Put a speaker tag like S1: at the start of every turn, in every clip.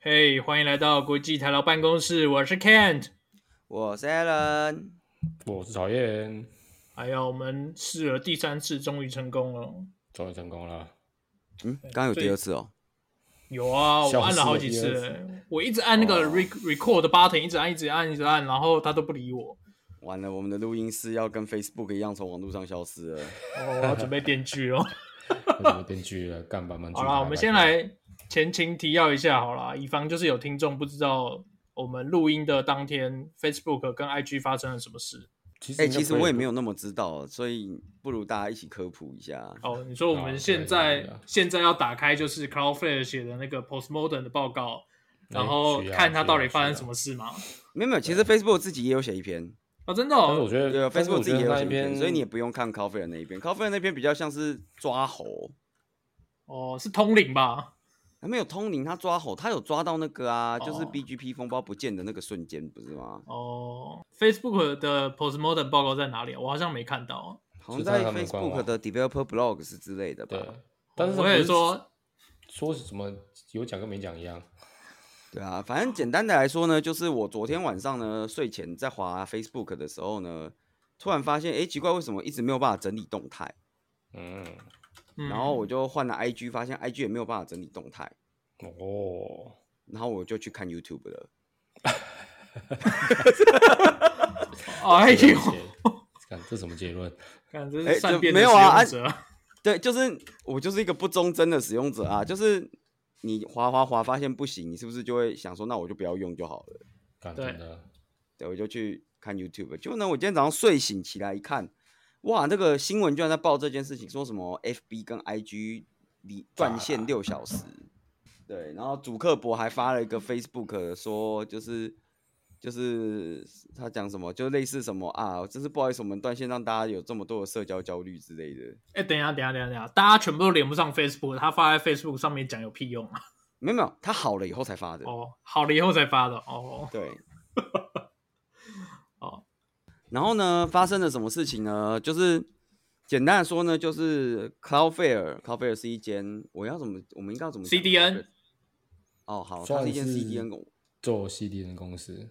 S1: 嘿欢迎来到国际台劳办公室，我是 Kent。
S2: 我是 Alan，
S3: 我是讨厌，
S1: 哎呀，我们试了第三次，终于成功了。
S3: 终于成功 了。
S2: 嗯，
S3: 哎
S2: 刚刚有第二次哦，
S1: 有啊，我
S3: 笑死
S1: 按了好几次
S3: 我第二
S1: 了，我一直按那个
S2: 哦
S1: rec record 的 button，一直按，一直按，一直按，然后他都不理我。
S2: 完了，我们的录音师要跟 Facebook 一样从网络上消失了。
S1: 哦，我要准备电锯 哦。
S3: 为什么变剧了？干板板。
S1: 好啦，我们先。来前情提要一下好啦，以防就是有听众不知道我们录音的当天，Facebook 跟 IG 发生了什么事。
S3: 其实
S2: 哎、
S3: 应该
S2: 其实
S3: 不会
S2: 我也没有那么知道，所以不如大家一起科普一下。
S1: 哦，你说我们
S3: 哦
S1: 现在、
S3: 对对对
S1: 现在要打开就是 Cloudflare 写的那个 Postmodern 的报告，然后
S3: 需要
S1: 看它
S3: 需要
S1: 到底发生
S3: 需要
S1: 什么事嘛？
S2: 没有没有，其实 Facebook 自己也有写一篇，
S1: 啊，真的
S3: 但是
S1: 哦
S3: 我，觉
S2: 对
S3: 得，
S2: 啊
S3: 但是
S2: ，Facebook
S3: 我
S2: 自
S3: 觉
S2: 己也
S3: 得
S2: 有
S3: 那
S2: 写
S3: 一
S2: 一篇，
S3: 篇，
S2: 所以你也不用看 Coffee 那一篇，Coffee 那篇比较像是抓猴，
S1: 哦，是通灵吧？
S2: 他没有通灵，他抓猴，他有抓到那个啊，就是
S1: 哦
S2: BGP 风暴不见的那个瞬间，不是吗？
S1: 哦，Facebook 的 Postmodern 报告在哪里啊？我好像没看到。
S2: 好像
S3: 是在
S2: 在
S3: 他们的官
S2: Facebook
S3: 网
S2: 的 Developer Blogs 之类的
S3: 对
S2: 吧？，
S3: 但是
S1: 我
S3: 不
S1: 也
S3: 是
S1: 说，
S3: 说什么有讲跟没讲一样。
S2: 对啊，反正简单的来说呢，就是我昨天晚上呢睡前在滑 Facebook 的时候呢，突然发现，哎，奇怪，为什么一直没有办法整理动态？
S3: 嗯，
S1: 嗯、
S2: 然后我就换了 IG，发现 IG 也没有办法整理动态，
S3: 哦，
S2: 然后我就去看 YouTube 了。
S1: 哎
S3: 这
S1: 呦
S3: 个，结，看这什么结论？
S1: 看这
S2: 哎
S1: 是善
S2: 这
S1: 变的
S2: 没
S1: 使
S2: 有啊
S1: 用
S2: 啊
S1: 者。
S2: 对，就是我就是一个不忠贞的使用者啊，就是你滑滑滑发现不行，你是不是就会想说，那我就不要用就好了？
S3: 干
S1: 对
S3: 真的，
S2: 对，我就去看 YouTube。结果呢，我今天早上睡醒起来一看，哇，那个新闻居然在报这件事情，说什么 FB 跟 IG 离断线六小时。对，然后主克伯还发了一个 Facebook 说，就是就是他讲什么，就类似什么啊，真是不好意思，我们断线让大家有这么多的社交焦虑之类的。
S1: 哎、等一下，等一下，等一下，等一下，大家全部都连不上 Facebook，他发在 Facebook 上面讲有屁用啊？
S2: 没有没有，他好了以后才发的。
S1: 哦，好了以后才发的哦。，
S2: 对
S1: 哦，
S2: 然后呢，发生了什么事情呢？就是简单的说呢，就是 Cloudflare，Cloudflare 是一间，我要怎么，我们应该要怎么讲
S1: CDN
S2: Cloudflare？哦，好，它
S3: 算
S2: 是一间
S3: 是
S2: CDN 公。
S3: 做 CDN 公司，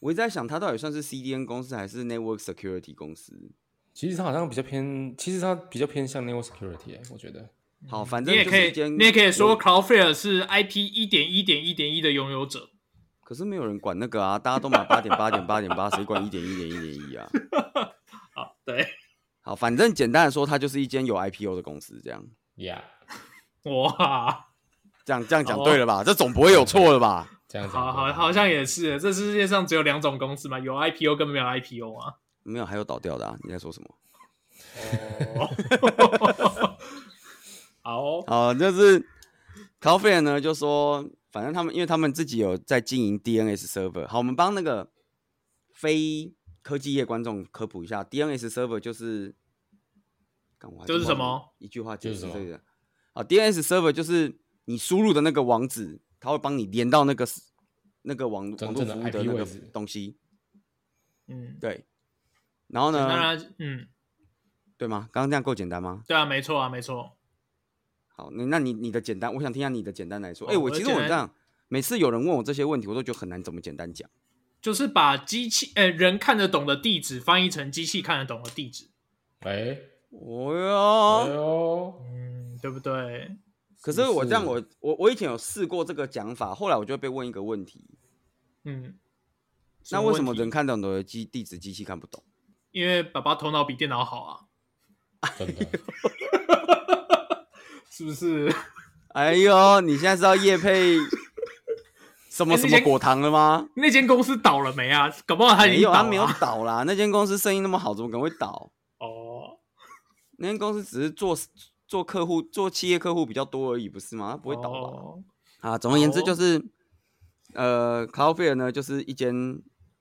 S2: 我一直在想，它到底算是 CDN 公司还是 Network Security 公司？
S3: 其实它好像比较偏，其实它比较偏向 network security，欸我觉得。
S2: 好，反
S1: 嗯你
S2: 正
S1: 也
S2: 就
S1: 可
S2: 是一
S1: 以，
S2: 间，
S1: 你也可以说 Cloudflare 是 IP 一点一点一点一的拥有者。
S2: 可是没有人管那个啊，大家都买八点八点八点八，谁管一点一点一点一啊？
S1: 啊，对，
S2: 好，反正简单的说，它就是一间有 IPO 的公司，这样，
S3: Yeah，
S1: 哇，
S2: 这样这样
S1: 哦
S2: 讲对了吧？这总不会有错了吧？
S3: 这样子。哦
S1: 好好，好像也是，这世界上只有两种公司嘛，有 IPO 跟没有 IPO 啊。
S2: 没有，还有倒掉的啊！你在说什么？
S1: 哦，好哦，
S2: 好，就是 c o f f e 呢，就说反正他们，因为他们自己有在经营 DNS server。好，我们帮那个非科技业观众科普一下，DNS server 就是，干我还
S1: 就是
S2: 忘
S1: 什
S2: 了
S1: 么
S2: 一句话
S3: 就
S2: 解
S3: 是
S2: 释
S3: 什
S2: 这
S3: 么
S2: 个。啊好，DNS server 就是你输入的那个网址，它会帮你连到那个 s- 那个网
S3: 真
S2: 网络
S3: 正的
S2: 服务的
S3: IP
S2: 那个
S3: 位置
S2: 东西。
S1: 嗯，
S2: 对，然后
S1: 当
S2: 呢？
S1: 然，嗯，
S2: 对吗？刚刚这样够简单吗？
S1: 对啊，没错啊，没错。
S2: 好，那那你你的简单，我想听一下你的简单来说。哎、
S1: 哦
S2: 我
S1: 我的
S2: 其实
S1: 简
S2: 我
S1: 单
S2: 这样，每次有人问我这些问题，我都觉得很难怎么简单讲。
S1: 就是把机器呃人看得懂的地址翻译成机器看得懂的地址，
S3: 哎，
S2: 哦
S3: 哎
S2: 哟，
S3: 呦，
S1: 嗯，对不对？
S2: 可是我这样
S3: 是
S2: 我，我我以前有试过这个讲法，后来我就被问一个问题，
S1: 嗯，
S2: 那为什么
S1: 问题
S2: 人看得懂的机地址机器看不懂？
S1: 因为爸爸头脑比电脑好啊，
S3: 真的。
S1: 是不是？
S2: 哎呦，你现在是要夜配什么
S1: 哎
S2: 什
S1: 那
S2: 么
S1: 些
S2: 果糖了吗？
S1: 那间公司倒了没啊？搞不好他已
S2: 没
S1: 经
S2: 有，
S1: 倒了啊、
S2: 他没有倒啦。那间公司生意那么好，怎么可能会倒？
S1: 哦，
S2: 那间公司只是做做客户做企业客户比较多而已，不是吗？它不会倒吧？
S1: 哦
S2: 啊，总而言之
S1: 好
S2: 就
S1: 哦
S2: 是，呃，Cloudflare 呢，就是一间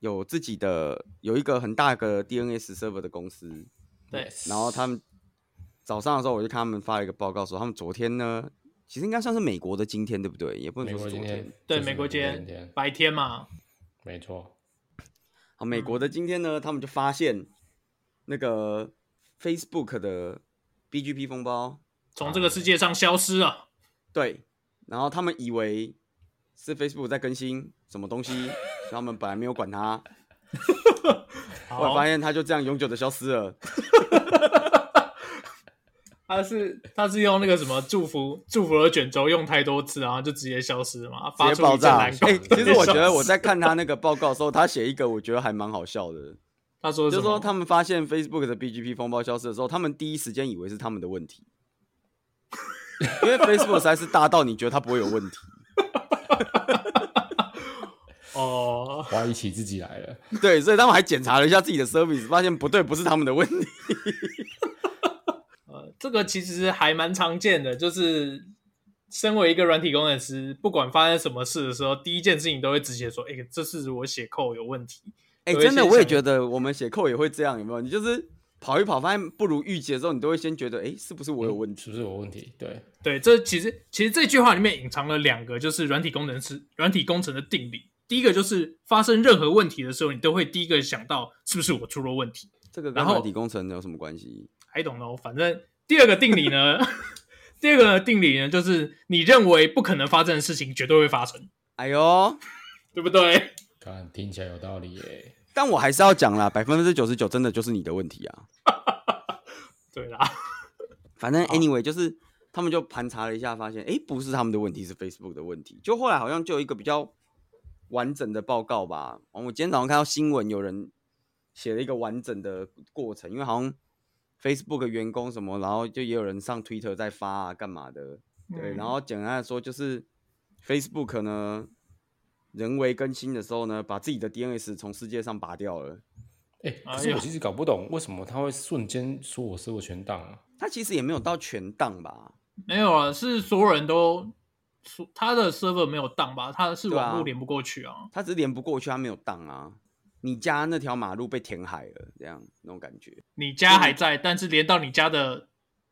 S2: 有自己的有一个很大个 DNS server 的公司，
S1: 对，
S2: 然后他们早上的时候我就看他们发了一个报告说，他们昨天呢，其实应该算是美国的今天，对不对？也不
S3: 美
S2: 能说
S3: 国
S2: 是
S3: 今
S2: 昨
S3: 天
S2: 天。
S1: 对
S3: 就是
S1: 美国
S3: 今
S1: 今天
S3: 天，
S1: 白天嘛，
S3: 没错，
S2: 好，美国的今天呢，他们就发现那个 Facebook 的 BGP 风暴，
S1: 从这个世界上消失了。
S2: 对，然后他们以为是 Facebook 在更新什么东西，所以他们本来没有管它，后来
S1: 好
S2: 发，现它就这样永久的消失了。
S1: 他是他是用那个什么祝福祝福的卷轴用太多次，然后就直接消失了嘛，发出
S2: 直接
S1: 一
S2: 爆
S1: 阵
S2: 炸。哎、
S1: 蓝光
S2: 其实我觉得我
S1: 消失
S2: 在看他那个报告的时候，他写一个我觉得还蛮好笑的，
S1: 他 说
S2: 就是
S1: 什
S2: 说
S1: 么
S2: 他们发现 Facebook 的 BGP 风暴消失的时候，他们第一时间以为是他们的 问题，因为 Facebook 实在是大到你觉得它不会有问题。
S1: 哦，
S3: 怀疑起自己来了，
S2: 对，所以他们还检查了一下自己的 service，发现不对，不是他们的问题。
S1: 呃，这个其实还蛮常见的，就是身为一个软体工程师，不管发生什么事的时候，第一件事情都会直接说：“哎、这是我写扣有问题。
S2: 哎、
S1: 有一些
S2: 真的，我也
S1: 想
S2: 觉得我们写扣也会这样，有没有？你就是跑一跑，发现不如预期的时候，你都会先觉得，哎、是不是我有问
S1: 嗯
S2: 题？
S3: 是不是我问题？对，”
S1: 对，这其实其实这句话里面隐藏了两个，就是软体工程师、软体工程的定理。第一个就是发生任何问题的时候，你都会第一个想到是不是我出了问题。
S2: 这个跟
S1: 然后
S2: 软体工程有什么关系？
S1: I don't know，反正第二个定理呢， 第二个定理呢，就是你认为不可能发生的事情绝对会发生，
S2: 哎呦，
S1: 对不对？
S3: 看听起来有道理耶。
S2: 但我还是要讲啦，百分之九十九真的就是你的问题啊。
S1: 对啦，
S2: 反正 anyway 就是他们就盘查了一下，发现哎、诶不是他们的问题，是 Facebook 的问题。就后来好像就有一个比较完整的报告吧。哦我今天早上看到新闻，有人写了一个完整的过程，因为好像 Facebook 的员工什么，然后就也有人上 Twitter 在发啊，干嘛的？对，
S1: 嗯
S2: 然后简单的说就是 Facebook 呢。人为更新的时候呢，把自己的 DNS 从世界上拔掉了。
S3: 哎、可
S1: 哎
S3: 是
S1: 呀
S3: 我其实搞不懂为什么他会瞬间说我是我全档啊？
S2: 它其实也没有到全档吧，
S1: 没有啊，是所有人都，所他的 server 没有当吧？他是
S2: 对啊
S1: 网络连不过去啊。
S2: 他只是连不过去，他没有荡啊。你家那条马路被填海了，这样那种感觉。
S1: 你家还在，但是连到你家的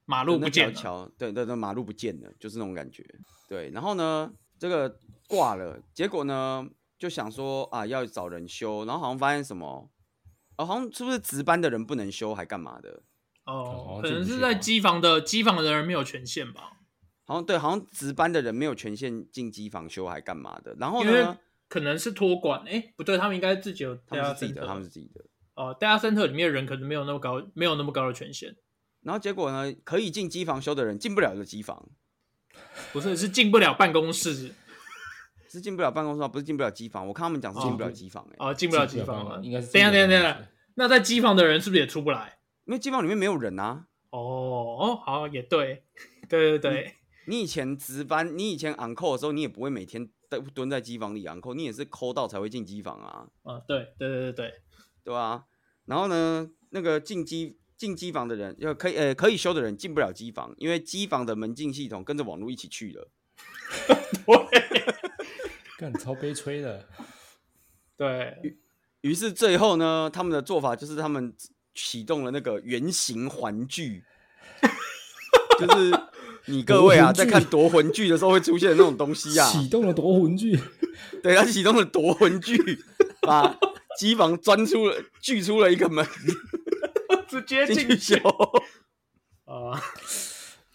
S1: 马路不
S2: 那条
S1: 见了。哦
S2: 桥，对对对，马路不见了，就是那种感觉。对，然后呢，这个挂了，结果呢就想说啊要找人修，然后好像发现什么，哦好像是不是值班的人不能修，还干嘛的？
S1: 哦
S3: 哦，
S1: 可能
S3: 进不去
S1: 是在
S3: 啊
S1: 机房的机房的人没有权限吧？
S2: 好像对，好像值班的人没有权限进机房修，还干嘛的？然后
S1: 因为
S2: 呢，
S1: 可能是托管，哎，不对，他们应该自己有
S2: 他们
S1: data
S2: 是自己的，他们
S1: center。
S2: 是自己的。
S1: 哦，data center 里面的人可能没有那么高，没有那么高的权限。
S2: 然后结果呢，可以进机房修的人进不了的机房，
S1: 不是，是进不了办公室，
S2: 是进不了办公室啊，不是进不了机房。我看他们讲是进不了
S3: 哦
S2: 机房、欸，
S1: 哦，进不了机
S3: 进不了
S1: 房
S3: 办
S1: 啊。
S3: 公应该是
S1: 等一下，等一
S3: 进不
S1: 下，等一下
S3: 了办公室，
S1: 那在机房的人是不是也出不来？
S2: 因为机房里面没有人啊。
S1: 哦，哦，好，也对，对对对。
S3: 嗯
S2: 你以前值班，你以前 on call 的时候，你也不会每天在蹲在机房里 on call，你也是抠到才会进机房啊，
S1: 啊，对对对对对，
S2: 对吧、然后呢，那个进机进机房的人，要可以呃可以修的人进不了机房，因为机房的门禁系统跟着网络一起去了。
S3: 干超悲 催的，
S1: 对，
S2: 于是最后呢，他们的做法就是他们启动了那个圆形环距，就是你各位啊，
S3: 夺魂
S2: 在
S3: 锯
S2: 看夺魂剧的时候会出现的那种东西啊，
S3: 启动了夺魂锯，
S2: 对他启动了夺魂锯，把机房钻出了锯出了一个门
S1: 直接
S2: 进去修。
S1: 啊，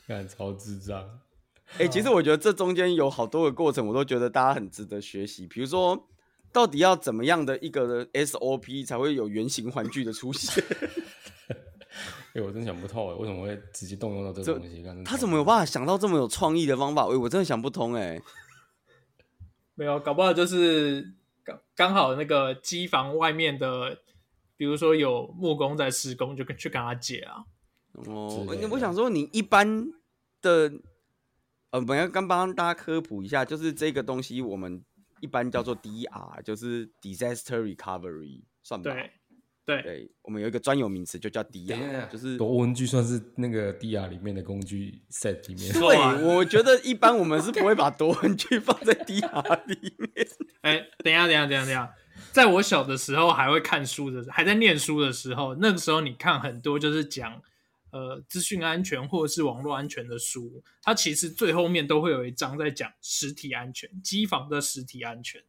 S3: 干超智障。
S2: 哎、其实我觉得这中间有好多个过程，我都觉得大家很值得学习。比如说，到底要怎么样的一个 SOP 才会有圆形环锯的出现？
S3: 哎、我真想不透哎，为什么会直接动用到这
S2: 这
S3: 个东西？干真
S2: 他
S3: 的
S2: 怎么有办法想到这么有创意的方法？喂、我真的想不通哎、
S1: 没有，搞不好就是刚刚好那个机房外面的，比如说有木工在施工，就跟去跟他借啊。
S2: 哦，
S3: 之类
S2: 我我
S3: 的
S2: 想说，你一般的，呃，本来刚帮大家科普一下，就是这个东西我们一般叫做 DR，就是 disaster recovery，算吧。
S1: 对对，
S2: 对，我们有一个专有名词就叫
S3: 等一下
S2: DR，就是。
S3: 夺魂锯算是那个 DR 里面的工具 set 里 面，
S1: 错啊
S2: 对，我觉得一般我们是不会把夺魂锯放在 DR 里面。
S1: 哎，等一下等一下等一下等一下，在我小的时候还会看书的，还在念书的时候，那个时候你看很多就是讲。呃，资讯安全或者是网络安全的书，它其实最后面都会有一章在讲实体安全，机房的实体安全。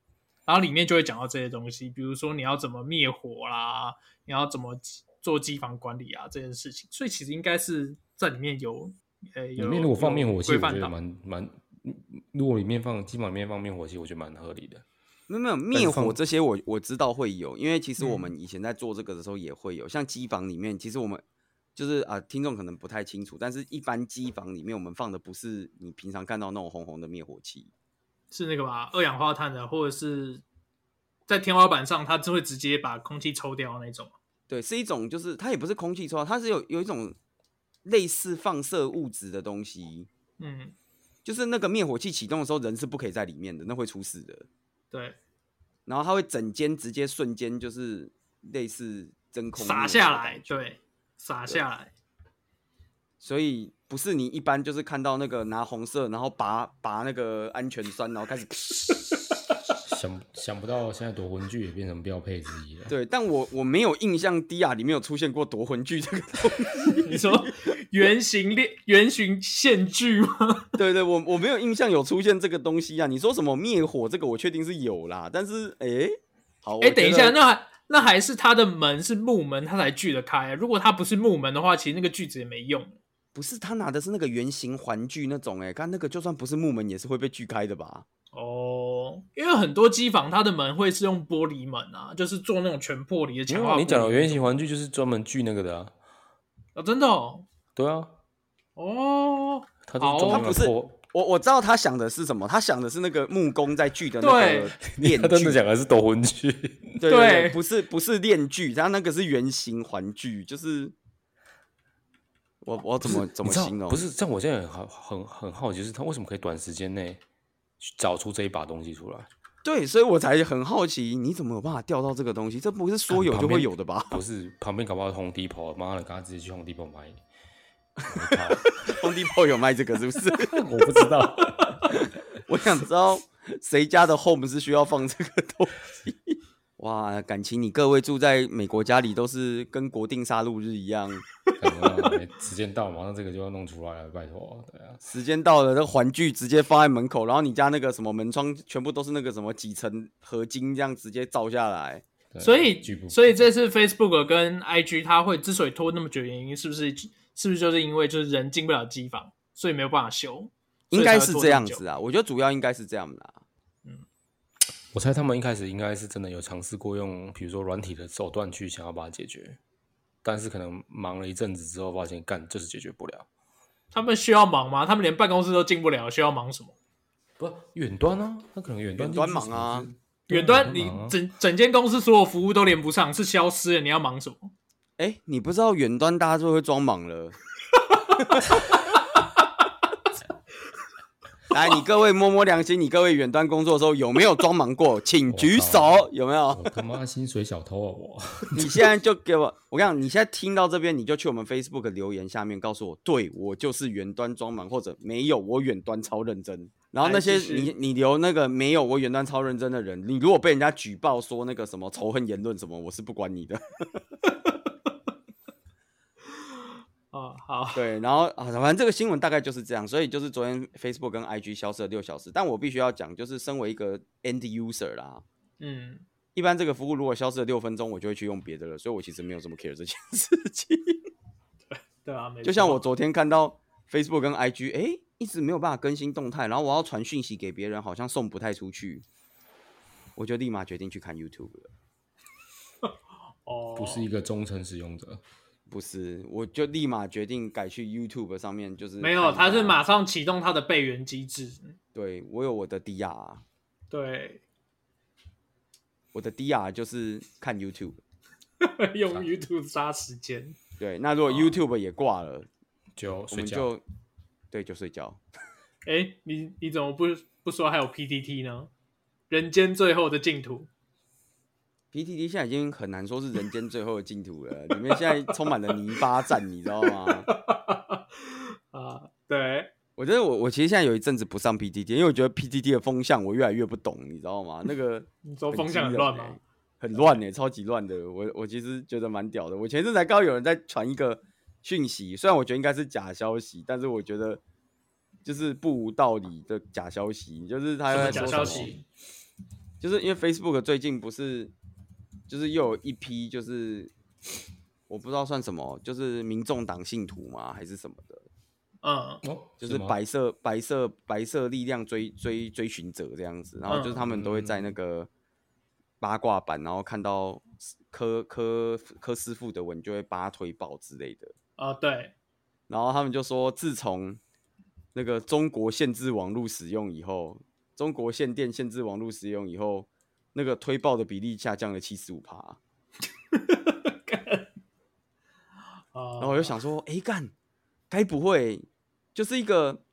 S1: 然后里面就会讲到这些东西，比如说你要怎么灭火啦，你要怎么做机房管理啊这件事情，所以其实应该是在里面有，呃，
S3: 里
S1: 有
S3: 嗯面如果放灭火器，
S1: 有规
S3: 我
S1: 范
S3: 觉得
S1: 到
S3: 蛮蛮嗯如果里面放基本上里面放灭火器，我觉得蛮合理的。
S2: 没有没有灭火这些我我知道会有，因为其实我们以前在做这个的时候也会有，像机房里面，其实我们就是啊、听众可能不太清楚，但是一般机房里面我们放的不是你平常看到那种红红的灭火器，
S1: 是那个吧，二氧化碳的，或者是在天花板上，它就会直接把空气抽掉那种。
S2: 对，是一种就是它也不是空气抽，它是有有一种类似放射物质的东西，
S1: 嗯，
S2: 就是那个灭火器启动的时候人是不可以在里面的，那会出事的。
S1: 对，
S2: 然后它会整间直接瞬间就是类似真空
S1: 洒
S2: 灭
S1: 下
S2: 火的
S1: 来，
S2: 感觉
S1: 对，洒下来，
S2: 所以不是你一般就是看到那个拿红色，然后拔拔那个安全栓，然后开始
S3: 想想不到现在夺魂锯也变成标配之一了。
S2: 对。但我我没有印象，低亚里面有出现过夺魂锯这个东西。
S1: 你说圆形链、圆形线锯吗？
S2: 对对，我我没有印象有出现这个东西啊。你说什么灭火这个，我确定是有啦，但是诶，好，
S1: 哎、
S2: 我
S1: 等一
S2: 觉
S1: 下，
S2: 得
S1: 那还那还是它的门是木门，它才锯得开、啊如果它不是木门的话，其实那个锯子也没用。
S2: 不是他拿的是那个圆形环锯那种、诶，看那个就算不是木门也是会被锯开的吧？
S1: 哦，因为很多机房它的门会是用玻璃门啊，就是做那种全玻璃的
S3: 没
S1: 强
S3: 有
S1: 化玻
S3: 啊，
S1: 璃。
S3: 你讲的圆形玩具就是专门锯那个的啊。
S1: 哦，真的哦，
S3: 对啊，
S1: 哦，
S3: 它
S1: 好
S3: 就
S1: 哦
S3: 专门
S1: 它
S2: 不是
S3: 破
S2: 我我知道他想的是什么，他想的是那个木工在锯的那个 链
S3: 他真
S2: 锯
S3: 的，讲的是夺魂锯，
S2: 对
S1: 对
S2: 对，不是不是链锯，它那个是圆形环锯，就是我我怎么怎么
S3: 你知道
S2: 形容？
S3: 不是，像我现在很好很很好奇，就是他为什么可以短时间内去找出这一把东西出来？
S2: 对，所以我才很好奇，你怎么有办法钓到这个东西？这不是说有就会有的吧？
S3: 不是，旁边搞不好红 d e p 妈的，刚刚直接去红 d e p 买。我靠
S2: 红地炮有卖这个是不是？
S3: 我不知道，
S2: 我想知道谁家的 home 是需要放这个东西。 哇，感情你各位住在美国家里都是跟国定杀戮日一样，
S3: 干嘛哎时间到，马上这个就要弄出来了，拜托，对啊，
S2: 时间到了，这环具直接放在门口，然后你家那个什么门窗全部都是那个什么几层合金这样直接照下来。
S3: 对啊
S1: 所以
S3: 拒不
S1: 所以这次 Facebook 跟 IG 它会之所以拖那么久，原因是不是是不是就是因为就是人进不了机房，所以没有办法修？
S2: 应该是
S1: 所以才会拖
S2: 这样
S1: 么久
S2: 子啊，我觉得主要应该是这样啦。
S3: 我猜他们一开始应该是真的有尝试过用，比如说软体的手段去想要把它解决，但是可能忙了一阵子之后，发现干就是解决不了。
S1: 他们需要忙吗？他们连办公室都进不了，需要忙什么？
S3: 不，远端啊，那可能远端
S2: 远端
S3: 进去
S2: 忙啊
S3: 是不是，对
S1: 远端
S3: 远
S2: 嗯
S1: 你
S3: 忙啊
S1: 整整间公司所有服务都连不上，是消失了，你要忙什么？
S2: 哎、你不知道远端大家就会装 莽了。来，你各位摸摸良心，你各位远端工作的时候有没有装忙过？请举手，有没有？
S3: 我哦他妈薪水小偷啊我！
S2: 你现在就给我，我跟你讲，你现在听到这边，你就去我们 Facebook 留言下面告诉我，对我就是远端装忙，或者没有我远端超认真。然后那些
S1: 来继续
S2: 你你留那个没有我远端超认真的人，你如果被人家举报说那个什么仇恨言论什么，我是不管你的。
S1: 哦，好，
S2: 对，然后啊，反正这个新闻大概就是这样，所以就是昨天 Facebook 跟 IG 消失了六小时，但我必须要讲，就是身为一个 end user 啦，
S1: 嗯，
S2: 一般这个服务如果消失了六分钟，我就会去用别的了，所以我其实没有这么 care 这件事情。
S1: 对啊，没错
S2: 就像我昨天看到 Facebook 跟 IG，哎，一直没有办法更新动态，然后我要传讯息给别人，好像送不太出去，我就立马决定去看 YouTube 了。
S1: 哦，
S3: 不是一个忠诚使用者，
S2: 不是，我就立马决定改去 YouTube 上面，就是
S1: 没有，
S2: 看
S1: 他
S2: 一
S1: 是
S2: 下
S1: 马上启动他的备援机制。
S2: 对我有我的 DR，啊
S1: 对，
S2: 我的 DR 就是看 YouTube。
S1: 用 YouTube 杀时间。
S2: 对，那
S1: 哦
S2: 如果 YouTube 也挂了，
S3: 就
S2: 我
S3: 睡
S2: 们
S3: 觉。
S2: 就对就睡觉。
S1: 哎，你你怎么不不说还有 PTT 呢？人间最后的净土。
S2: PTT 现在已经很难说是人间最后的净土了，里面现在充满了泥巴战，你知道吗？
S1: 啊，对，
S2: 我觉得我我其实现在有一阵子不上 PTT，因为我觉得 PTT 的风向我越来越不懂，你知道吗？那 个
S1: 你说风向很乱吗？
S2: 欸很乱呢、超级乱的。我我其实觉得蛮屌的。我前阵才刚好有人在传一个讯息，虽然我觉得应该是假消息，但是我觉得就是不无道理的假消息，就是他
S1: 是
S2: 在说
S1: 假
S2: 什
S1: 消
S2: 么
S1: 息。
S2: 就是因为 Facebook 最近不是，就是又有一批 就是我不知道算什么，就是民众党信徒嘛还是什么的，
S1: 嗯
S3: 哦，
S2: 就是
S3: 吗
S2: 白色白色白色力量追追追寻者这样子，然后就是他们都会在那个八卦版，然后看到柯柯柯师傅的文，就会把他推爆之类的。
S1: 哦对，
S2: 然后他们就说，自从那个中国限制网络使用以后，中国限电限制网络使用以后，那个推爆的比例下降了七十五趴。
S1: 哦，
S2: 然后我就想说，哎、干，该不会就是一个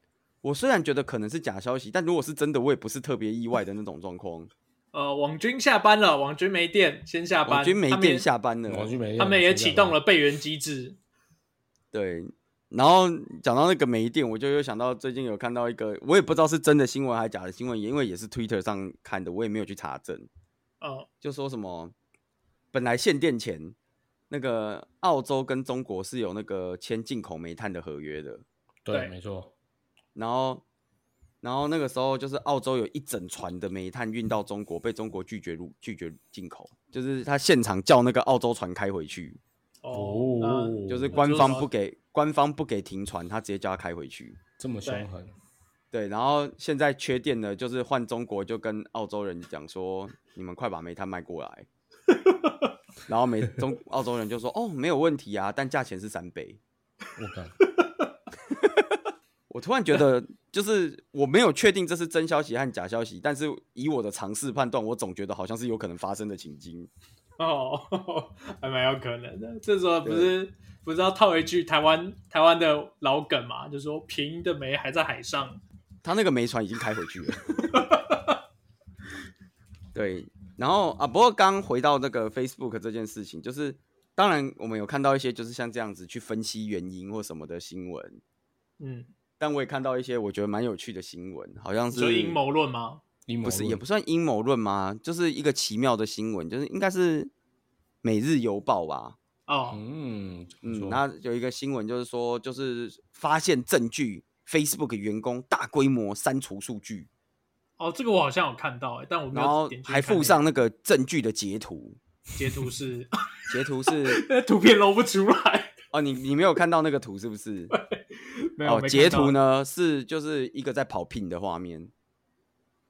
S2: 我虽然觉得可能是假消息，但如果是真的，我也不是特别意外的那种状况。
S1: 呃，网军下班了，网军没电，先下班。
S2: 网军没
S1: 他们也
S2: 电下班了，
S3: 王俊梅
S1: 他们也启动了备援机制。
S2: 对。然后讲到那个没电，我就又想到最近有看到一个，我也不知道是真的新闻还是假的新闻，因为也是 Twitter 上看的，我也没有去查证。
S1: 哦
S2: 就说什么本来限电前，那个澳洲跟中国是有那个签进口煤炭的合约的，
S3: 对，
S1: 对
S3: 没错，
S2: 然后然后那个时候就是澳洲有一整船的煤炭运到中国，被中国拒绝入拒绝进口，就是他现场叫那个澳洲船开回去，
S1: 哦，那
S2: 就是
S1: 嗯
S2: 官
S1: 就是
S2: 方
S1: 说
S2: 不给官方不给停船，他直接叫他开回去。
S3: 这么凶狠，
S2: 对，然后现在缺电了，就是换中国就跟澳洲人讲说，你们快把煤炭卖过来。 然后美中澳洲人就说，哦，没有问题啊，但价钱是三倍。
S3: 我靠，
S2: 我突然觉得，就是我没有确定这是真消息和假消息，但是以我的尝试判断，我总觉得好像是有可能发生的情境。
S1: 哦，还蛮有可能的。这时候不是不是要套一句台湾台湾的老梗嘛，就说平的煤还在海上。
S2: 他那个煤船已经开回去了。对，然后啊，不过刚回到那个 Facebook 这件事情，就是当然我们有看到一些就是像这样子去分析原因或什么的新闻，
S1: 嗯，
S2: 但我也看到一些我觉得蛮有趣的新闻，好像是
S1: 就阴谋论吗？
S3: 阴谋
S2: 不是
S3: 论
S2: 也不算阴谋论吗？就是一个奇妙的新闻，就是应该是《每日邮报》吧。
S1: 哦，
S3: 嗯
S2: 嗯，
S3: 那
S2: 那有一个新闻就是说，就是发现证据，Facebook 员工大规模删除数据。
S1: 哦，这个我好像有看到、欸，但我没
S2: 然
S1: 有
S2: 后
S1: 点进去
S2: 还
S1: 看
S2: 附上那个证据的截图，
S1: 截图是，
S2: 截图是
S1: 图片搂不出来，
S2: 哦，你你没有看到那个图是不是？
S1: 没有、没看
S2: 哦，
S1: 到啊
S2: 截图？呢是就是一个在跑 pin 的画面，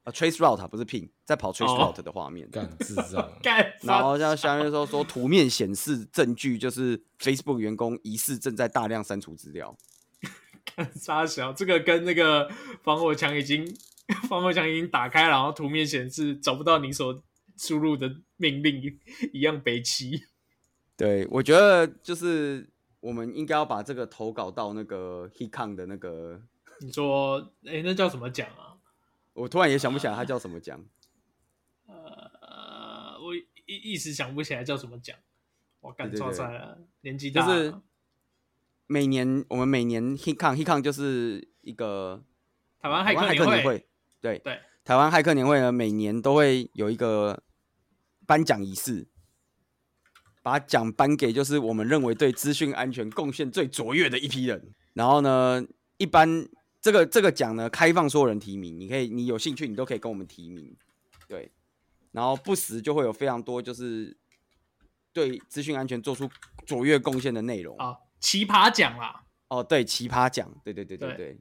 S2: 啊，trace route 啊不是 pin，在跑 trace
S1: 哦，
S2: route 的画面。
S3: 干智障
S1: 干，
S2: 然后像下面说说图面显示证据就是 Facebook 员工疑似正在大量删除资料，
S1: 沙小，这个跟那个防火墙已经防火墙已经打开，然后图面显示找不到你所输入的命令一一样北齐。
S2: 对，我觉得就是我们应该要把这个投稿到那个 Hecon 的那个，
S1: 你说，哎，那叫什么奖啊？
S2: 我突然也想不起来他叫什么奖，
S1: 呃，我一一时想不起来叫什么奖。我干
S2: 对对
S1: 抓
S2: 对
S1: 出来了，年纪
S2: 就
S1: 大
S2: 是
S1: 了
S2: 每年我们每年 Hecon Hecon 就是一个
S1: 台湾
S2: 台
S1: 骇
S2: 湾
S1: 客
S2: 骇客
S1: 年
S2: 年会，对
S1: 对，
S2: 台湾骇客年会呢，每年都会有一个颁奖仪式，把奖颁给就是我们认为对资讯安全贡献最卓越的一批人。然后呢，一般这个这个奖呢，开放所有人提名，你可以，你有兴趣，你都可以跟我们提名。对，然后不时就会有非常多就是对资讯安全做出卓越贡献的内容。
S1: 啊，奇葩奖啦，
S2: 哦，对，奇葩奖，对对对对
S1: 对
S2: 对。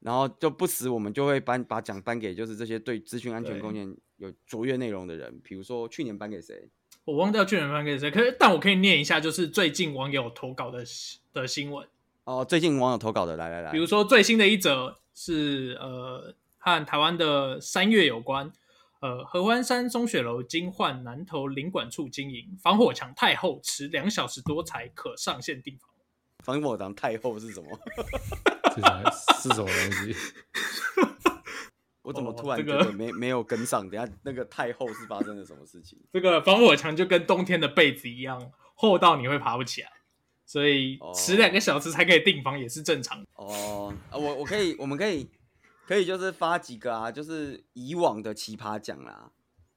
S2: 然后就不时我们就会颁把奖颁给就是这些对资讯安全
S1: 对
S2: 贡献有卓越内容的人，比如说去年颁给谁？
S1: 我忘掉去年颁给谁，可是但我可以念一下，就是最近网友投稿的的新闻。
S2: 哦，最近网友投稿的，来来来，
S1: 比如说最新的一则是呃和台湾的山月有关，呃合欢山松雪楼经换南投领管处经营，防火墙太厚，迟两小时多才可上线订房。
S2: 防火堂太后是什么？
S3: 这是啥是什么东西？
S2: 我怎么
S1: 哦
S2: 突然
S1: 这
S2: 觉
S1: 个
S2: 得没、没有跟上？等一下那个太后是发生了什么事情？
S1: 这个防火墙就跟冬天的被子一样厚到你会爬不起来，所以
S2: 哦
S1: 迟两个小时才可以订房也是正常的。
S2: 哦，啊我我可以，我们可以可以就是发几个啊，就是以往的奇葩奖啦。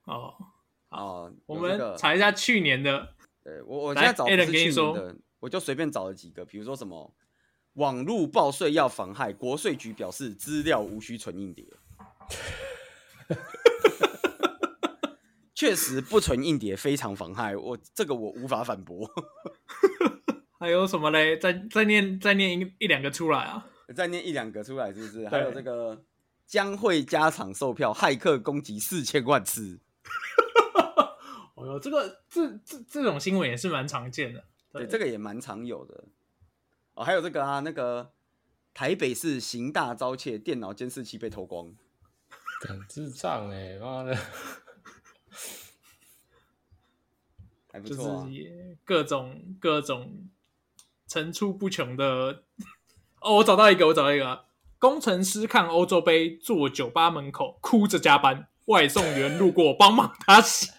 S1: 哦，好
S2: 哦，
S1: 我
S2: 有这
S1: 们
S2: 个
S1: 查一下去年的
S2: 对我，我
S1: 来
S2: 现在找不
S1: Alan
S2: 是
S1: 给你
S2: 去
S1: 说
S2: 年的，我就随便找了几个，比如说什么网路报税要妨害，国税局表示资料无需存硬碟，确实不存硬碟非常妨害，我这个我无法反驳。
S1: 啊还有什么嘞？再再念再念一一两个出来啊！
S2: 再念一两个出来是不是？还有这个将会加场售票，骇客攻击四千万次，
S1: 哦哟，这个这这这种新闻也是蛮常见的。
S2: 对，这个也蛮常有的。哦，还有这个啊，那个台北市刑大遭窃，电脑监视器被偷光。
S3: 干智障哎、妈的！
S2: 还不
S1: 就
S2: 错啊
S1: 是，也各种各种层出不穷的。哦，我找到一个，我找到一个啊，工程师看欧洲杯，坐酒吧门口哭着加班，外送员路过帮忙他写。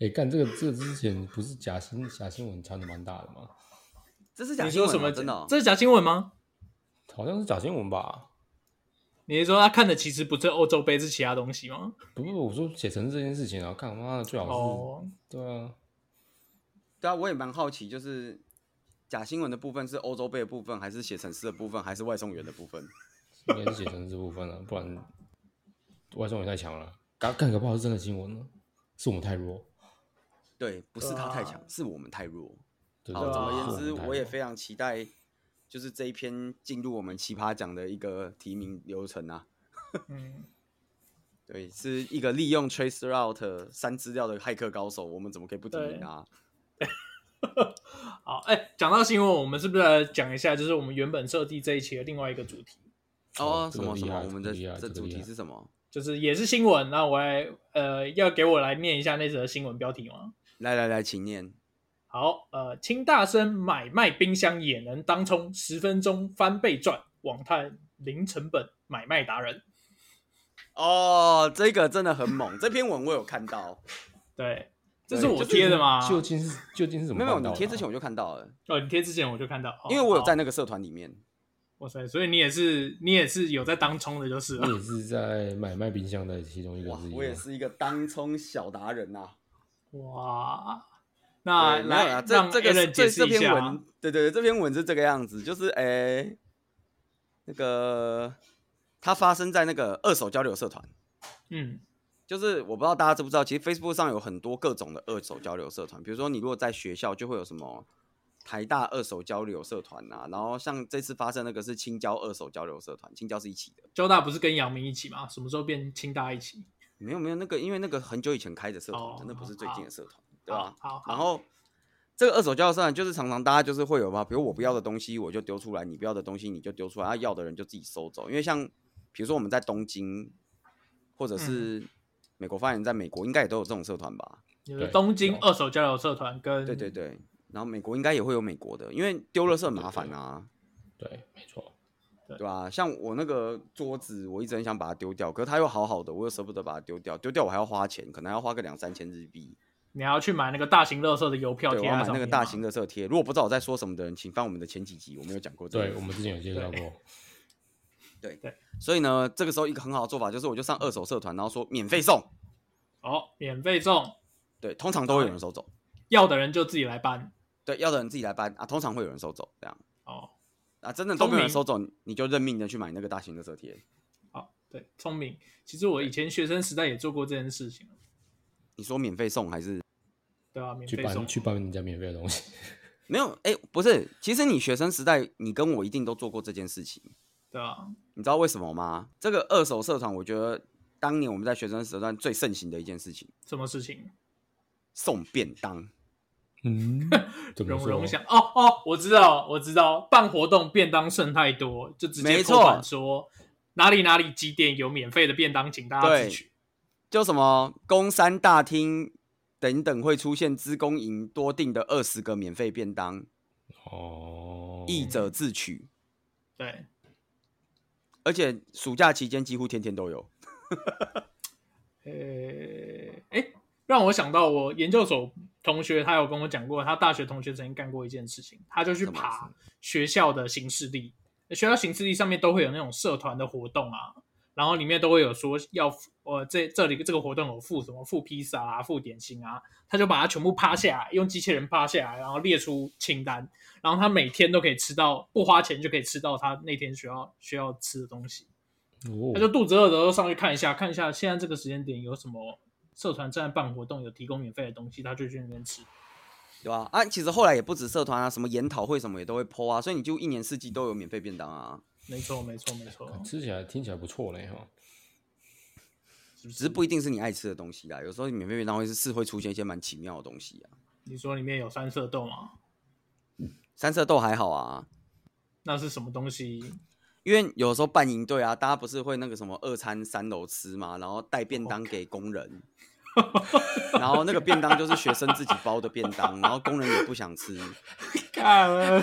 S3: 哎、干这个这个之前不是假新假新闻传的蛮大的吗？
S2: 这是假
S1: 你
S2: 新
S1: 说
S2: 闻啊、
S1: 什么？
S2: 真的哦、
S1: 这是假新闻吗？
S3: 好像是假新闻吧？
S1: 你是说他看的其实不是欧洲杯，是其他东西吗？
S3: 不不，我说写成这件事情啊，干妈的最好是、
S1: 哦，
S3: 对啊，
S2: 对啊，我也蛮好奇，就是假新闻的部分是欧洲杯的部分，还是写程式的部分，还是外送员的部分？
S3: 应该是写成这部分了、不然外送也太强了，干干个不好是真的新闻呢，是我们太弱。
S2: 对，不是他太强，
S1: 对啊
S2: 是我们太弱。
S3: 对
S2: 好，
S1: 啊
S2: 总
S1: 么
S2: 而言
S3: 是
S2: 之，
S3: 们太
S2: 我也
S3: 弱
S2: 非常期待，就是这一篇进入我们奇葩奖的一个提名流程啊。
S1: 嗯，
S2: 对，是一个利用 trace route 删资料的骇客高手，我们怎么可以不提 名
S3: 哦
S2: 啊？
S1: 好，哎、讲到新闻，我们是不是来讲一下，就是我们原本设计这一期的另外一个主题，
S2: 哦，
S3: 哦
S2: 什
S3: 这个
S2: 么
S3: 厉
S2: 什么？
S3: 害
S2: 我们
S3: 这
S2: 的
S3: 个厉害
S2: 这
S3: 这个
S2: 主
S3: 厉
S2: 题
S3: 害
S2: 是什么？
S1: 就是也是新闻。那我来，呃，要给我来念一下那则新闻标题吗？
S2: 来来来，请念。
S1: 好，呃，清大生买卖冰箱也能当冲，十分钟翻倍赚，网探零成本买卖达人。
S2: 哦，这个真的很猛，这篇文我有看到，
S1: 对，这
S3: 对
S1: 是我
S3: 究
S1: 贴的
S3: 竟
S1: 吗？
S3: 究竟是究竟是怎么
S2: 没有
S3: 办
S2: 没有，
S3: 到
S2: 你贴
S3: 的
S2: 之
S3: 啊
S2: 前我就看到了，
S1: 哦，你贴之前我就看到，哦
S2: 因为我有。在
S1: 好
S2: 那个社团里面。
S1: 哇塞，所以你也是你也是有在当冲的，就是了
S2: 嗯
S3: 你也是在买卖冰箱的其中一个
S2: 哇
S3: 之一，吗。啊
S2: 我也是一个当冲小达人呐、
S1: 哇。
S2: 啊
S1: 那！
S2: 没有
S1: 来
S2: 啦，这
S1: 让
S2: 这个
S1: Alan 解
S2: 这
S1: 释
S2: 这
S1: 一
S2: 篇
S1: 下
S2: 文
S1: 啊，，
S2: 对对对，这篇文是这个样子，就是诶、那个它发生在那个二手交流社团，
S1: 嗯
S2: 就是我不知道大家知不知道，其实 Facebook 上有很多各种的二手交流社团，比如说你如果在学校就会有什么台大二手交流社团啊，然后像这次发生那个是青椒二手交流社团，青椒是一起的，
S1: 交大不是跟杨明一起吗？什么时候变清大一起？
S2: 没有没有那个，因为那个很久以前开的社团，
S1: 哦
S2: 那不是最近的社团，对啊吧、
S1: 好好好，
S2: 然后这个二手交易算就是常常大家就是会有吧，比如我不要的东西我就丢出来，你不要的东西你就丢出来，啊、要的人就自己收走。因为像比如说我们在东京，或者
S1: 嗯
S2: 是美国发言人在美国，应该也都有这种社团吧？
S1: 有的
S3: 对
S1: 东京
S3: 有
S1: 二手交流社团跟
S2: 对对对。然后美国应该也会有美国的，因为丢了是很麻烦啊，
S3: 对，没错，
S1: 对
S2: 对吧、像我那个桌子，我一直很想把它丢掉，可是它又好好的，我又舍不得把它丢掉，丢掉我还要花钱，可能还要花个两三千日币。
S1: 你还要去买那个大型乐色的邮票
S2: 对，我
S1: 贴
S2: 要
S1: 在
S2: 买
S1: 上
S2: 那个
S1: 面
S2: 大
S1: 吗
S2: 型的色贴。如果不知道我在说什么的人，请翻我们的前几集，我们有讲过这个。
S3: 对我们之前有介绍
S1: 对
S3: 过，
S2: 所以呢，这个时候一个很好的做法就是，我就上二手社团，然后说免费送。
S1: 哦，免费送，
S2: 对，通常都会有人收走。
S1: 要的人就自己来搬。
S2: 对，要的人自己来搬啊，通常会有人收走这样
S1: 哦，
S2: 啊，真的都
S1: 聪
S2: 没有人
S1: 明
S2: 收走，你就认命的去买那个大型的色贴。
S1: 好，对，聪明。其实我以前学生时代也做过这件事情，
S2: 你说免费送还是
S1: 对啊？免
S3: 去
S1: 费送
S3: 搬，去搬人家免费的东西，
S2: 没有？哎、不是，其实你学生时代，你跟我一定都做过这件事情。
S1: 对啊，
S2: 你知道为什么吗？这个二手社团，我觉得当年我们在学生时段最盛行的一件事情，
S1: 什么事情？
S2: 送便当。
S3: 嗯，怎么
S1: 蓉
S3: 说
S1: 蓉？想，哦哦，我知道，我知道，办活动便当剩太多，就直接
S2: 没
S1: 扣款
S2: 错
S1: 说哪里哪里几点有免费的便当，请大家
S2: 对
S1: 自取。
S2: 就什么公山大厅等等会出现资工营多订的二十个免费便当，
S3: 哦，
S2: 译者自取，
S1: 对，
S2: 而且暑假期间几乎天天都有。
S1: 呃，哎，让我想到我研究所同学，他有跟我讲过，他大学同学曾经干过一件事情，他就去
S2: 什么
S1: 爬学校的行事历，学校行事历上面都会有那种社团的活动啊，然后里面都会有说要呃这这里这个活动有附什么附披萨啊、附点心啊，他就把它全部趴下来，用机器人趴下来，然后列出清单，然后他每天都可以吃到不花钱就可以吃到他那天需要需要吃的东西。
S3: 哦
S1: 他就肚子饿的时候上去看一下，看一下现在这个时间点有什么社团站办活动有提供免费的东西，他就去那边吃。
S2: 对吧、啊？其实后来也不止社团啊，什么研讨会什么也都会 PO 啊，所以你就一年四季都有免费便当啊，
S1: 没错，没错，没错，
S3: 吃起来听起来不错嘞哈。
S1: 是不
S2: 只是不一定是你爱吃的东西啦。有时候免费便当会是是会出现一些蛮奇妙的东西啊。
S1: 你说里面有三色豆吗？
S2: 三色豆还好啊，
S1: 那是什么东 西？
S2: 因为有时候办营队啊，大家不是会那个什么二餐三楼吃嘛，然后带便当给工人，然后那个便当就是学生自己包的便当，然后工人也不想吃。
S1: 看了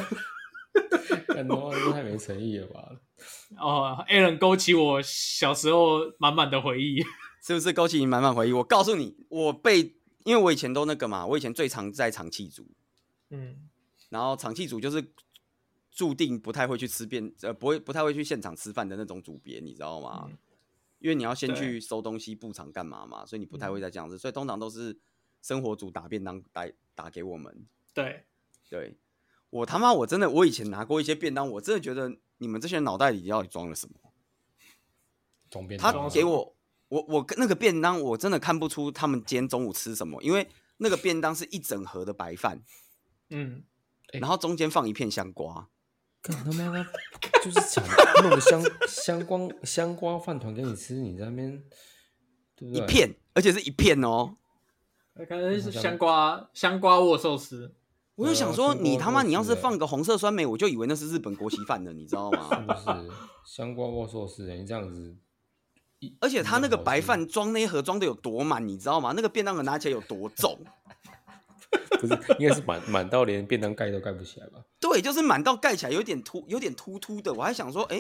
S3: 干的话这太没诚意了吧？
S1: 哦，Alan 勾起我小时候满满的回 忆。
S2: 是不是勾起你满满回忆？我告诉你，我被因为我以前都那个嘛，我以前最常在场气组，
S1: 嗯，
S2: 然后场气组就是注定不太会去吃便，呃，不会不太会去现场吃饭的那种组别，你知道吗？
S1: 嗯
S2: 因为你要先
S1: 对嗯
S2: 去收东西、布场干嘛嘛，所以你不太会再这样子，所以通常都是生活组打便当打打给我们。
S1: 对，
S2: 对我他妈我真的我以前拿过一些便当，我真的觉得你们这些人脑袋里到底装了什么？
S3: 总编
S2: 他
S1: 装
S2: 给
S1: 什么
S2: 我，我我那个便当，我真的看不出他们今天中午吃什么，因为那个便当是一整盒的白饭，
S1: 嗯，
S3: 哎
S2: 然后中间放一片香瓜，
S3: 干他妈的，就是想弄个香香光香瓜饭团给你吃，你在那边对不
S2: 一
S3: 对？
S2: 片，而且是一片哦。
S1: 感觉哎是香瓜香瓜握寿司。
S2: 我就想
S3: 对啊
S2: 说，
S3: 中
S2: 你
S3: 国
S2: 他妈
S3: 肉
S2: 你要
S3: 丝
S2: 是
S3: 欸
S2: 放个红色酸梅，我就以为那是日本国旗饭了，你知道
S3: 是
S2: 吗？
S3: 不是香瓜握寿司？欸你这样子一，
S2: 而且他那个白
S3: 一
S2: 饭装那一盒装的有多满，你知道吗？那个便当盒拿起来有多重？
S3: 定好吃不是应该是满满到连便当盖都盖不起来吧？
S2: 对，就是满到盖起来有点突，有点突突的。我还想说，哎、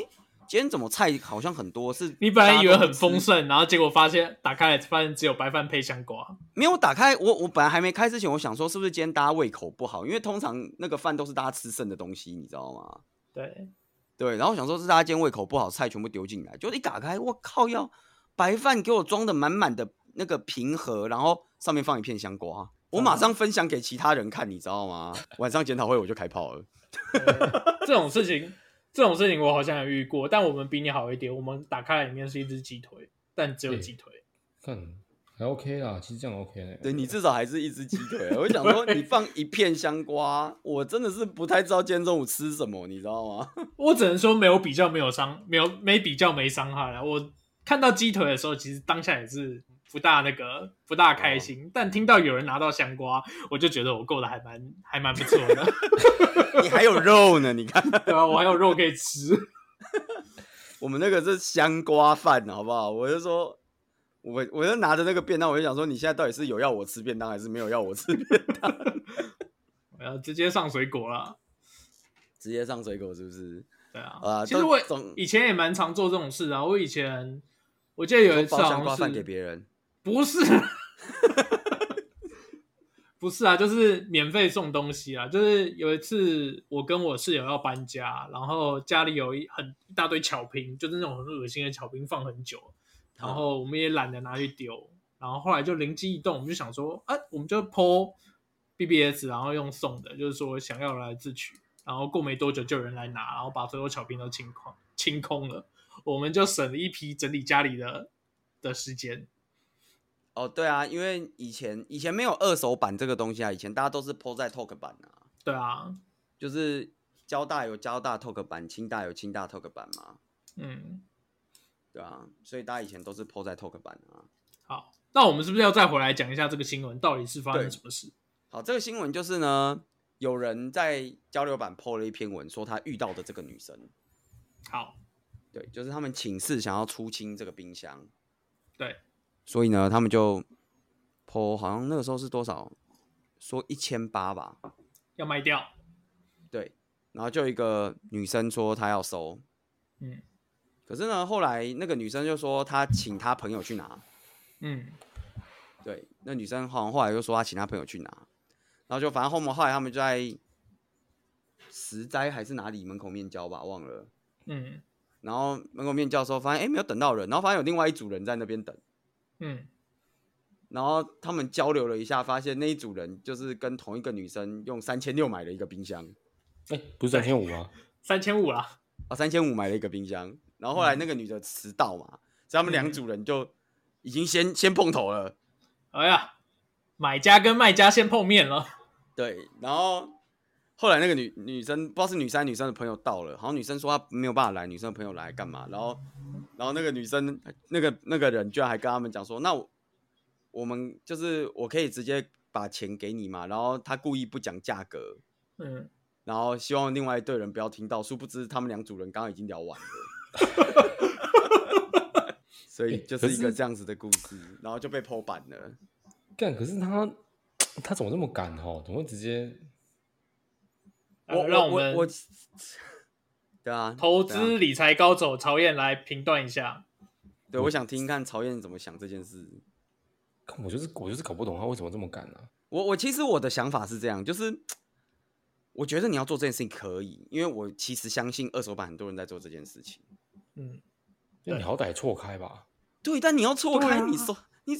S2: 今天怎么菜好像很多？是
S1: 你本来
S2: 大家
S1: 以为
S2: 都不
S1: 很丰
S2: 吃
S1: 盛，然后结果发现打开来发现只有白饭配香瓜。
S2: 没有我打开，我我本来还没开之前，我想说是不是今天大家胃口不好，因为通常那个饭都是大家吃剩的东西，你知道吗？
S1: 对，
S2: 对，然后我想说是大家今天胃口不好，菜全部丢进来，就一打开，我靠要白饭给我装的满满的那个平盒，然后上面放一片香瓜，我
S1: 嗯
S2: 马上分享给其他人看，你知道吗？晚上检讨会我就开炮了，
S1: 这种事情，这种事情我好像有遇过，但我们比你好一点。我们打开来里面是一只鸡腿，但只有鸡腿。
S3: 看还 OK 啦，其实这样 OK 呢。
S2: 对你至少还是一只鸡腿，啊我就想说你放一片香瓜，我真的是不太知道今天中午吃什么，你知道吗？
S1: 我只能说没有比较没有伤，没有没比较没伤害了。我看到鸡腿的时候，其实当下也是不大那个不大开心，但听到有人拿到香瓜，我就觉得我过得还蛮还蛮不错的，
S2: 你还有肉呢，你看。
S1: 对吧、我还有肉可以吃。
S2: 我们那个是香瓜饭，好不好？我就说，我我就拿着那个便当，我就想说，你现在到底是有要我吃便当，还是没有要我吃 便当？
S1: 我要直接上水果了。
S2: 直接上水果是不是？
S1: 对啊，
S2: 啊
S1: 其实
S2: 都
S1: 我
S2: 总
S1: 以前也蛮常做这种事啊。我以前我记得有一次
S2: 包
S1: 好
S2: 香瓜
S1: 像
S2: 饭
S1: 是
S2: 给别人，
S1: 不是， 不是啊，就是免费送东西啊。就是有一次我跟我室友要搬家，然后家里有一很一大堆巧拼，就是那种很恶心的巧拼放很久，然后我们也懒得拿去丢，然后后来就灵机一动，我们就想说，啊，我们就 PO BBS，然后用送的，就是说想要来自取，然后过没多久就有人来拿，然后把所有巧拼都清空清空了，我们就省了一批整理家里的的时间。
S2: 哦，对啊，因为以前以前没有二手版这个东西啊，以前大家都是 PO 在 Talk 版啊，
S1: 对啊，
S2: 就是交大有交大 Talk 版，清大有清大 Talk 版嘛，
S1: 嗯，
S2: 对啊，所以大家以前都是 PO 在 Talk 版啊。
S1: 好，那我们是不是要再回来讲一下这个新闻到底是发生
S2: 对
S1: 什么事？
S2: 好，这个新闻就是呢，有人在交流版 PO 了一篇文，说他遇到的这个女生。
S1: 好，
S2: 对，就是他们寝室想要出清这个冰箱，
S1: 对，
S2: 所以呢，他们就剖，好像那个时候是多少，说一千八吧，
S1: 要卖掉，
S2: 对，然后就有一个女生说她要收，
S1: 嗯
S2: 可是呢，后来那个女生就说她请她朋友去拿，
S1: 嗯，
S2: 对，那女生好像后来又说她请她朋友去拿，然后就反正后面后来他们就在石斋还是哪里门口面交吧，忘了，
S1: 嗯
S2: 然后门口面交的时候发现哎、诶没有等到人，然后发现有另外一组人在那边等。
S1: 嗯，
S2: 然后他们交流了一下，发现那一组人就是跟同一个女生用三千六买了一个冰箱
S3: 哎、不是三千五吗？
S1: 三千五啦，
S2: 啊，三千五买了一个冰箱。然后后来那个女的迟到嘛，所以他们两组人就已经先先碰头了。
S1: 哎呀，买家跟卖家先碰面了，
S2: 对，然后后来那个女女生不知道是女生还是女生的朋友到了，好像女生说她没有办法来，女生的朋友来干嘛？然后然后那个女生那个那个人居然还跟他们讲说，那我我们就是我可以直接把钱给你嘛，然后他故意不讲价格，
S1: 嗯，
S2: 然后希望另外一队人不要听到，殊不知他们两组人刚刚已经聊完了。所以就
S3: 可
S2: 是一个
S3: 是
S2: 这样子的故事，然后就被剖版了。
S3: 干，可是他他怎么这么敢哦？怎么会直接？
S1: 啊
S2: 我
S1: 让
S2: 我
S1: 们
S2: 我我，对啊，
S1: 投
S2: 对啊
S1: 资理财高手曹燕来评断一下。
S2: 对，我想听听看曹燕怎么想这件事。
S3: 看我就是我就是搞不懂他为什么这么敢啊！
S2: 我我其实我的想法是这样，就是我觉得你要做这件事情可以，因为我其实相信二手版很多人在做这件事情。
S1: 嗯，
S3: 就你好歹错开吧，
S2: 对，但你要错
S1: 对
S2: 开，
S1: 啊
S2: 你说你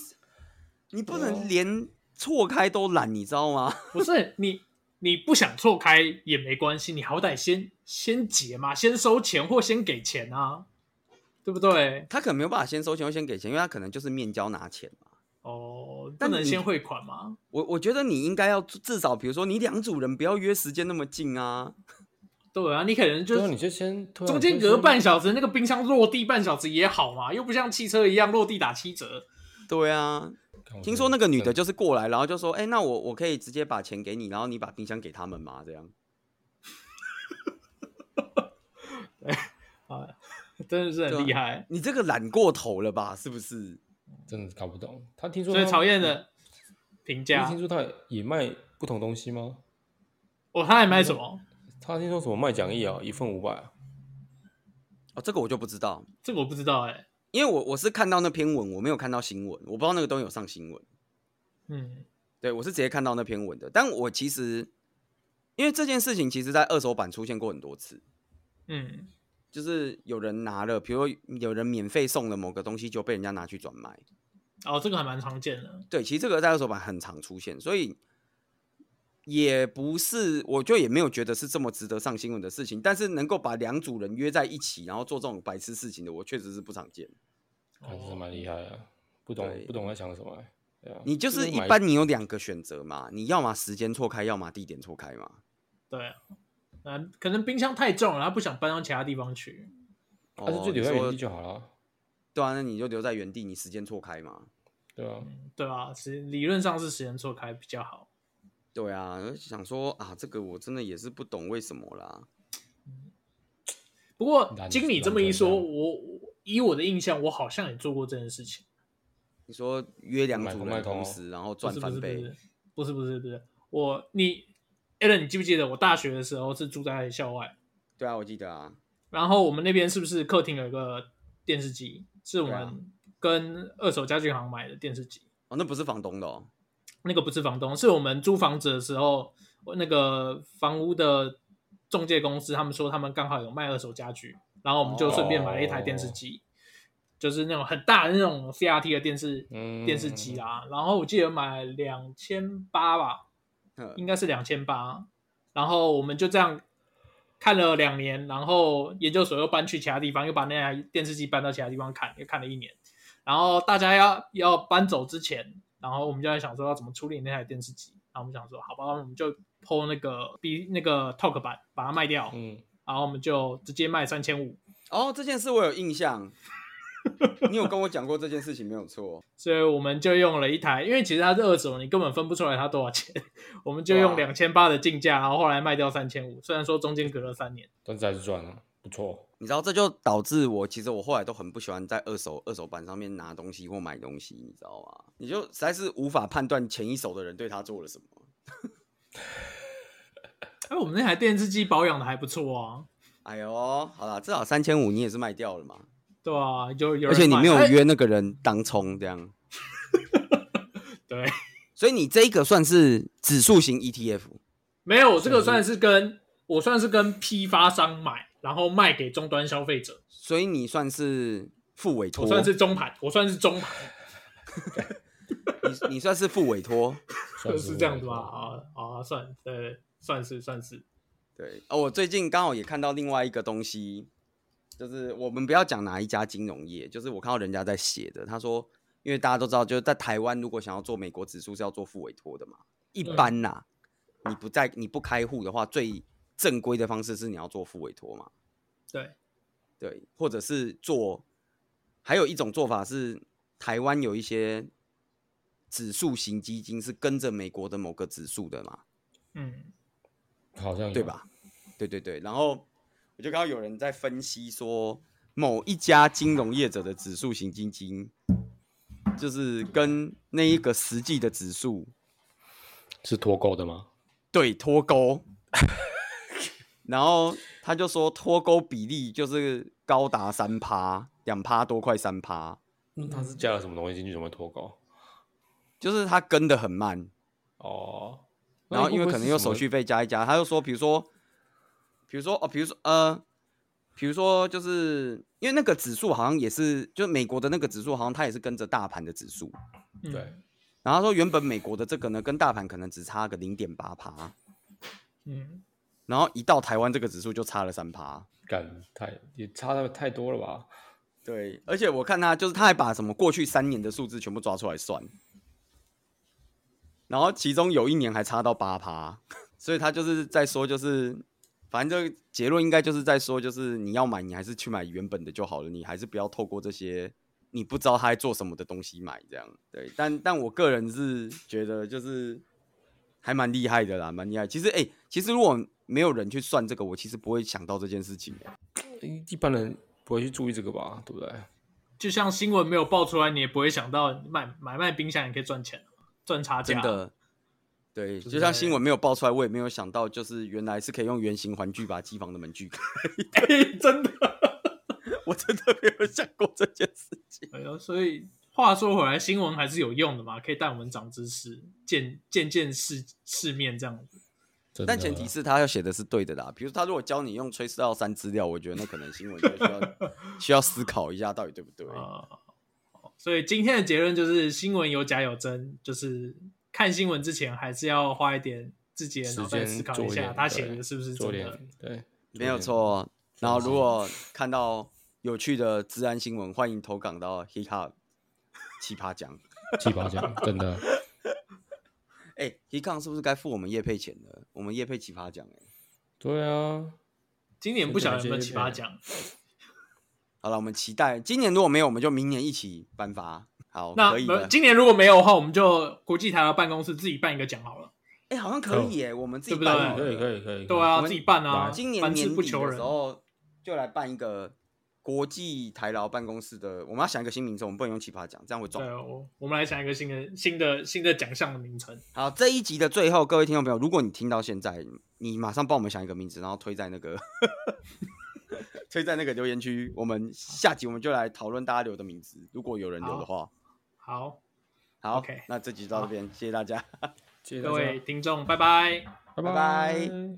S2: 你不能连错开都懒，你知道吗？
S1: 不是你你不想错开也没关系，你好歹先先结嘛，先收钱或先给钱啊，对不对？
S2: 他可能没有办法先收钱，或先给钱，因为他可能就是面交拿钱嘛。
S1: 哦，不
S2: 但
S1: 能
S2: 你
S1: 先汇款吗？
S2: 我我觉得你应该要至少，比如说你两组人不要约时间那么近啊。
S1: 对啊，你可能
S3: 对
S1: 就
S3: 啊，
S1: 是
S3: 你就先对啊
S1: 中
S3: 你
S1: 间
S3: 就
S1: 隔
S3: 先
S1: 半小时，那个冰箱落地半小时也好嘛，又不像汽车一样落地打七折。
S2: 对啊，
S3: 看我
S2: 听
S3: 真
S2: 说那个女的
S3: 真
S2: 就是过来，然后就说：“哎、那我我可以直接把钱给你，然后你把冰箱给他们嘛？”这样，
S1: 真的是
S2: 对啊
S1: 很厉害。
S2: 你这个懒过头了吧？是不是？
S3: 真的搞不懂。他听说
S1: 所以
S3: 他
S1: 曹燕的评
S3: 不是
S1: 价
S3: 听，说他啊也卖不同东西吗？
S1: 哦，他还卖什么？
S3: 他听说什么卖讲义啊，一份五百啊，
S2: 哦，这个我就不知道，
S1: 这个我不知道哎、
S2: 因为我我是看到那篇文，我没有看到新闻，我不知道那个东西有上新闻。
S1: 嗯，
S2: 对我是直接看到那篇文的，但我其实因为这件事情，其实在二手版出现过很多次，
S1: 嗯，
S2: 就是有人拿了，比如说有人免费送了某个东西，就被人家拿去转卖。
S1: 哦，这个还蛮常见的。
S2: 对，其实这个在二手版很常出现，所以也不是，我就也没有觉得是这么值得上新闻的事情。但是能够把两组人约在一起，然后做这种白痴事情的，我确实是不常见。
S3: 还是
S1: 哦
S3: 蛮厉害啊。不懂
S2: 对
S3: 不懂在想什么、欸，对啊，
S2: 你就是一
S3: 买
S2: 般你有两个选择嘛，你要么时间错开，要么地点错开嘛。
S1: 对，嗯，可能冰箱太重了，他不想搬到其他地方去。啊
S3: 还是就
S2: 你
S3: 留在
S1: 哦
S3: 原
S2: 说
S3: 地就好了，
S2: 对啊，那你就留在原地，你时间错开嘛。
S3: 对啊，
S1: 对啊，是理论上是时间错开比较好。
S2: 对啊，我就想说啊，这个我真的也是不懂为什么啦。
S1: 不过
S3: 懒
S1: 经理这么一说，
S3: 懒成这
S1: 我我以我的印象，我好像也做过这件事情。
S2: 你说约两
S3: 买
S2: 组
S3: 通
S2: 人
S3: 卖通
S2: 同
S3: 哦
S2: 时，然后
S1: 不
S2: 赚
S1: 是不
S2: 翻
S1: 是不
S2: 倍
S1: 是，不是不是不是，我你 a l a n 你记不记得我大学的时候是住在校外，
S2: 对啊，我记得啊，
S1: 然后我们那边是不是客厅有一个电视机，是我
S2: 对啊
S1: 们跟二手家具行买的电视机？
S2: 哦，那不是房东的哦。
S1: 那个不是房东，是我们租房子的时候，我那个房屋的中介公司，他们说他们刚好有卖二手家具，然后我们就顺便买了一台
S2: 哦
S1: 电视机，就是那种很大的那种 CRT 的电视、
S3: 嗯，
S1: 电视机啊啦。然后我记得买两千八吧，
S2: 呵
S1: 应该是两千八。然后我们就这样看了两年，然后研究所又搬去其他地方，又把那台电视机搬到其他地方看，又看了一年。然后大家要要搬走之前，然后我们就在想说要怎么处理那台电视机。然后我们想说，好吧，我们就抛那个 B 那个 Talk 版，把它卖掉，
S3: 嗯，
S1: 然后我们就直接卖三千五。
S2: 哦，这件事我有 印象，你有跟我讲过这件事情没有错。
S1: 所以我们就用了一台，因为其实它是二手，你根本分不出来它多少钱。 我们就用
S2: 哇
S1: 两千八的进价，然后后来卖掉三千五。虽然说中间隔了三年，
S3: 但是还是赚了，不错，
S2: 你知道，这就导致我其实我后来都很不喜欢在二手二手版上面拿东西或买东西，你知道吗？你就实在是无法判断前一手的人对他做了什么。
S1: 哎，我们那台电视机保养的还不错啊，
S2: 哎呦，好啦，至少三千五你也是卖掉了嘛，
S1: 对啊，有有人
S2: 而且你
S1: 买
S2: 没有
S1: 哎
S2: 约那个人当冲这样，
S1: 对，
S2: 所以你这个算是指数型 E ETF。
S1: 没有，我这个算是跟我算是跟批发商买，然后卖给终端消费者，
S2: 所以你算是副委托，
S1: 我算是中盘，我算是中盘，
S2: 你你算是副委托，
S3: 算
S1: 是这样子吧？
S3: 吧？
S1: 啊啊，算对，算是算是，
S2: 对哦，我最近刚好也看到另外一个东西，就是我们不要讲哪一家金融业，就是我看到人家在写的，他说，因为大家都知道，就是在台湾如果想要做美国指数是要做副委托的嘛，一般啦、你不在你不开户的话，最正规的方式是你要做副委托嘛，
S1: 对，
S2: 对，或者是做，还有一种做法是，台湾有一些指数型基金是跟着美国的某个指数的嘛，
S1: 嗯，
S3: 好像有
S2: 对？吧？对对对，然后我就看到有人在分析说，某一家金融业者的指数型基金，就是跟那一个实际的指数
S3: 是脱钩的吗？
S2: 对脱钩， 然后他就说脱钩比例就是高达三趴，两趴多，快三趴，
S3: 那它是加了什么东西进去怎么会脱钩？
S2: 就是它跟的很慢，
S3: 哦，
S2: 然后因为
S3: 那会不会
S2: 可能
S3: 是
S2: 有
S3: 什
S2: 手
S3: 么
S2: 续费加一加，他就说，比如说，比如说哦，比如说呃，比如说就是因为那个指数好像也是，就美国的那个指数好像它也是跟着大盘的指数，
S1: 嗯
S3: 对，
S2: 然后他说原本美国的这个呢跟大盘可能只差个零点八趴，
S1: 嗯，
S2: 然后一到台湾这个指数就差了三趴。
S3: 干太也差的太多了吧？
S2: 对，而且我看他就是他还把什么过去三年的数字全部抓出来算，然后其中有一年还差到八趴，所以他就是在说，就是反正这个结论应该就是在说，就是你要买你还是去买原本的就好了，你还是不要透过这些你不知道他在做什么的东西买这样。对，但但我个人是觉得就是还蛮厉害的啦，蛮厉害。其实哎、其实如果没有人去算这个，我其实不会想到这件事情、
S3: 一一般人不会去注意这个吧？对不对？
S1: 就像新闻没有爆出来，你也不会想到买买卖冰箱也可以赚钱，啊赚差价。
S2: 真，的，对，
S1: 就
S2: 就像
S1: 是
S2: 新闻没有爆出来，我也没有想到，就是原来是可以用圆形环锯把机房的门锯开，
S1: 哎真的。
S2: 我真的没有想过这件事情。
S1: 哎呦，所以话说回来，新闻还是有用的嘛，可以带我们长知识，见见见世世面这样子。
S3: 真
S2: 但
S3: 的
S2: 前提是他要写的是对的啦，比如他如果教你用崔四到三资料，我觉得那可能新闻就需要需要思考一下到底对不对。
S1: 啊、所以今天的结论就是，新闻有假有真，就是看新闻之前还是要花一点自己的
S3: 时
S1: 脑袋
S3: 间
S1: 思考
S3: 做
S1: 一下，
S3: 点
S1: 他写
S3: 对
S1: 的是不是
S3: 做
S1: 真的
S3: 点？对，
S2: 没有
S3: 做点。
S2: 错。然后如果看到有趣的治安新闻，欢迎投稿到 Hiccup 奇葩奖。
S3: 七八奖真的，
S2: 哎、h i c c u p 是不是该付我们叶配钱了？我们叶配奇葩奖哎、
S3: 对啊，
S1: 今年不晓得有没有
S3: 这
S1: 奇
S3: 个
S1: 葩
S3: 很
S1: 奖。
S2: 好了，我们期待今年如果没有，我们就明年一起颁发。好，
S1: 那
S2: 可以
S1: 呃
S2: 的。
S1: 今年如果没有的话，我们就国际台的办公室自己办一个奖好了。
S2: 哎、好像可哎以耶，我们自己
S1: 对不
S2: 办
S1: 对
S2: 好了
S3: 可以可以可以。
S1: 对
S2: 我
S1: 啊，
S2: 们
S1: 自己办啊，
S2: 今年
S1: 凡事
S2: 年
S1: 不
S2: 底
S1: 求
S2: 的
S1: 人
S2: 时。候就来办一个国际台劳办公室的，我们要想一个新名字，我们不能用奇葩奖，这样会
S1: 对啊
S2: 撞。，
S1: 我我们来想一个新的新的新的奖项的名称。
S2: 好，这一集的最后，各位听众朋友，如果你听到现在，你马上帮我们想一个名字，然后推在那个 推在那个留言区，我们下集我们就来讨论大家留的名字，如果有人留的话。
S1: 好，
S2: 好
S1: OK
S2: 那这集就到这边，谢谢大家。
S3: 谢谢大
S1: 各
S3: 家
S1: 位听众，拜拜。
S3: 拜
S2: 拜拜